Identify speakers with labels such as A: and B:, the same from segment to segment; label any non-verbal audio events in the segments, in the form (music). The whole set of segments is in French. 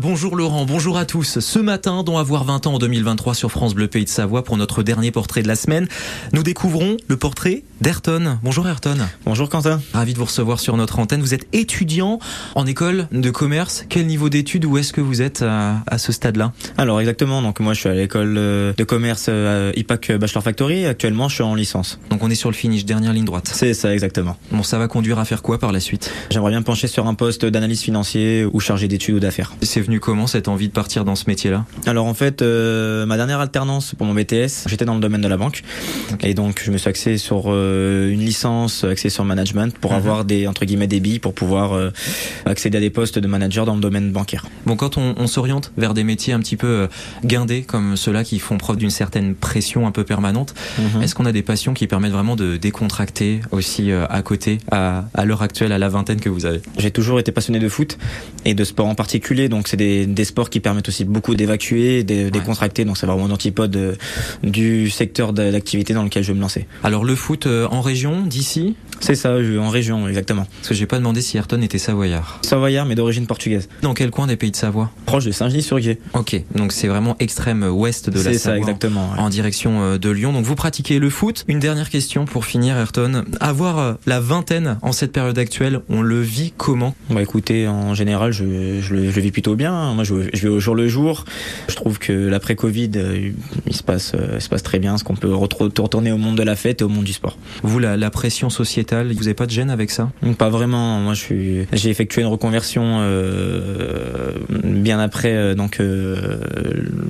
A: Bonjour Laurent, bonjour à tous. Ce matin, dans Avoir 20 ans en 2023 sur France Bleu Pays de Savoie pour notre dernier portrait de la semaine, nous découvrons le portrait d'Ayrton. Bonjour Ayrton.
B: Bonjour Quentin.
A: Ravi de vous recevoir sur notre antenne. Vous êtes étudiant en école de commerce. Quel niveau d'études ou est-ce que vous êtes à, à ce stade-là
B: Alors exactement, donc moi je suis à l'école euh, de commerce à IPAC euh, Bachelor Factory. Actuellement, je suis en licence.
A: Donc on est sur le finish, dernière ligne droite.
B: C'est ça exactement.
A: Bon, ça va conduire à faire quoi par la suite
B: J'aimerais bien me pencher sur un poste d'analyse financier ou chargé d'études ou d'affaires.
A: C'est venu comment cette envie de partir dans ce métier-là
B: Alors en fait, euh, ma dernière alternance pour mon BTS, j'étais dans le domaine de la banque okay. et donc je me suis axé sur euh, une licence axée sur le management pour uh -huh. avoir des entre guillemets des billes pour pouvoir euh, accéder à des postes de manager dans le domaine bancaire.
A: Bon, quand on, on s'oriente vers des métiers un petit peu euh, guindés comme ceux-là qui font preuve d'une certaine pression un peu permanente, uh
B: Mmh. Mhm.
A: -huh. est-ce qu'on a des passions qui permettent vraiment de décontracter aussi euh, à côté à, à l'heure actuelle à la vingtaine que vous avez
B: J'ai toujours été passionné de foot et de sport en particulier donc c'est des, des, sports qui permettent aussi beaucoup d'évacuer, de décontracter. Ouais. Donc c'est vraiment un antipode euh, du secteur d'activité dans lequel je vais me lancer.
A: Alors le foot euh, en région, d'ici
B: C'est ça, en région, exactement.
A: Parce que j'ai pas demandé si Ayrton était savoyard.
B: Savoyard, mais d'origine portugaise.
A: Dans quel coin des pays de Savoie
B: Proche de Saint-Genis-sur-Guiers.
A: Ok, donc c'est vraiment extrême euh, ouest de la Savoie.
B: ça, exactement.
A: En, ouais. en direction euh, de Lyon. Donc vous pratiquez le foot. Une dernière question pour finir, Ayrton. Avoir euh, la vingtaine en cette période actuelle, on le vit comment
B: Bah écoutez, en général, je, je le je vis plutôt bien. Moi, je, vais au jour le jour. Je trouve que l'après-Covid, euh, il se passe, euh, il se passe très bien. Ce qu'on peut retourner au monde de la fête et au monde du sport.
A: Vous, la, la pression sociétale, vous n'avez pas de gêne avec ça
B: Pas vraiment. Moi, je suis, j'ai effectué une reconversion euh, bien après donc euh,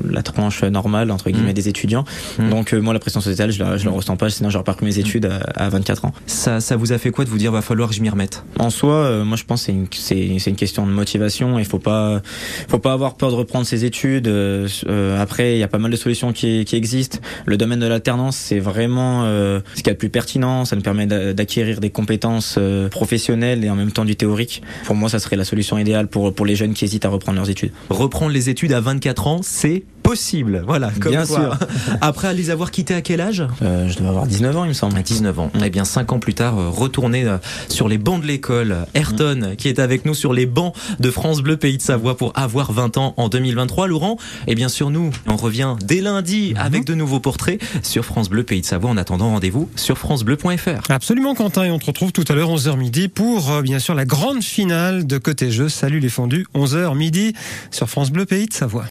B: la tranche normale entre guillemets mmh. des étudiants. Mmh. Donc euh, moi, la pression sociétale, je la, je la ressens pas. Sinon, j'aurais pas repris mes études à, à, 24 ans.
A: Ça, ça vous a fait quoi de vous dire va falloir que je m'y remette
B: En soi, euh, moi, je pense c'est c'est c'est une question de motivation. Il faut pas faut pas avoir peur de reprendre ses études. Euh, après, il y a pas mal de solutions qui, qui existent. Le domaine de l'alternance, c'est vraiment euh, ce qui est le plus pertinent. Ça nous permet d'acquérir des compétences euh, professionnelles et en même temps du théorique. Pour moi, ça serait la solution idéale pour pour les jeunes qui hésitent à reprendre leurs études.
A: Reprendre les études à 24 ans, c'est possible. Voilà, comme
B: Bien quoi. sûr.
A: (laughs) Après les avoir quittés à quel âge
B: euh, Je dois avoir 19 ans, il me semble.
A: À 19 ans. Mmh. Eh bien, 5 ans plus tard, retourné sur les bancs de l'école. Ayrton, mmh. qui est avec nous sur les bancs de France Bleu Pays de Savoie pour avoir 20 ans en 2023. Laurent, et bien sûr, nous, on revient dès lundi mmh. avec de nouveaux portraits sur France Bleu Pays de Savoie. En attendant, rendez-vous sur FranceBleu.fr.
C: Absolument, Quentin. Et on te retrouve tout à l'heure, 11h midi, pour euh, bien sûr la grande finale de Côté Jeu. Salut les fondus, 11h midi sur France Bleu Pays de Savoie.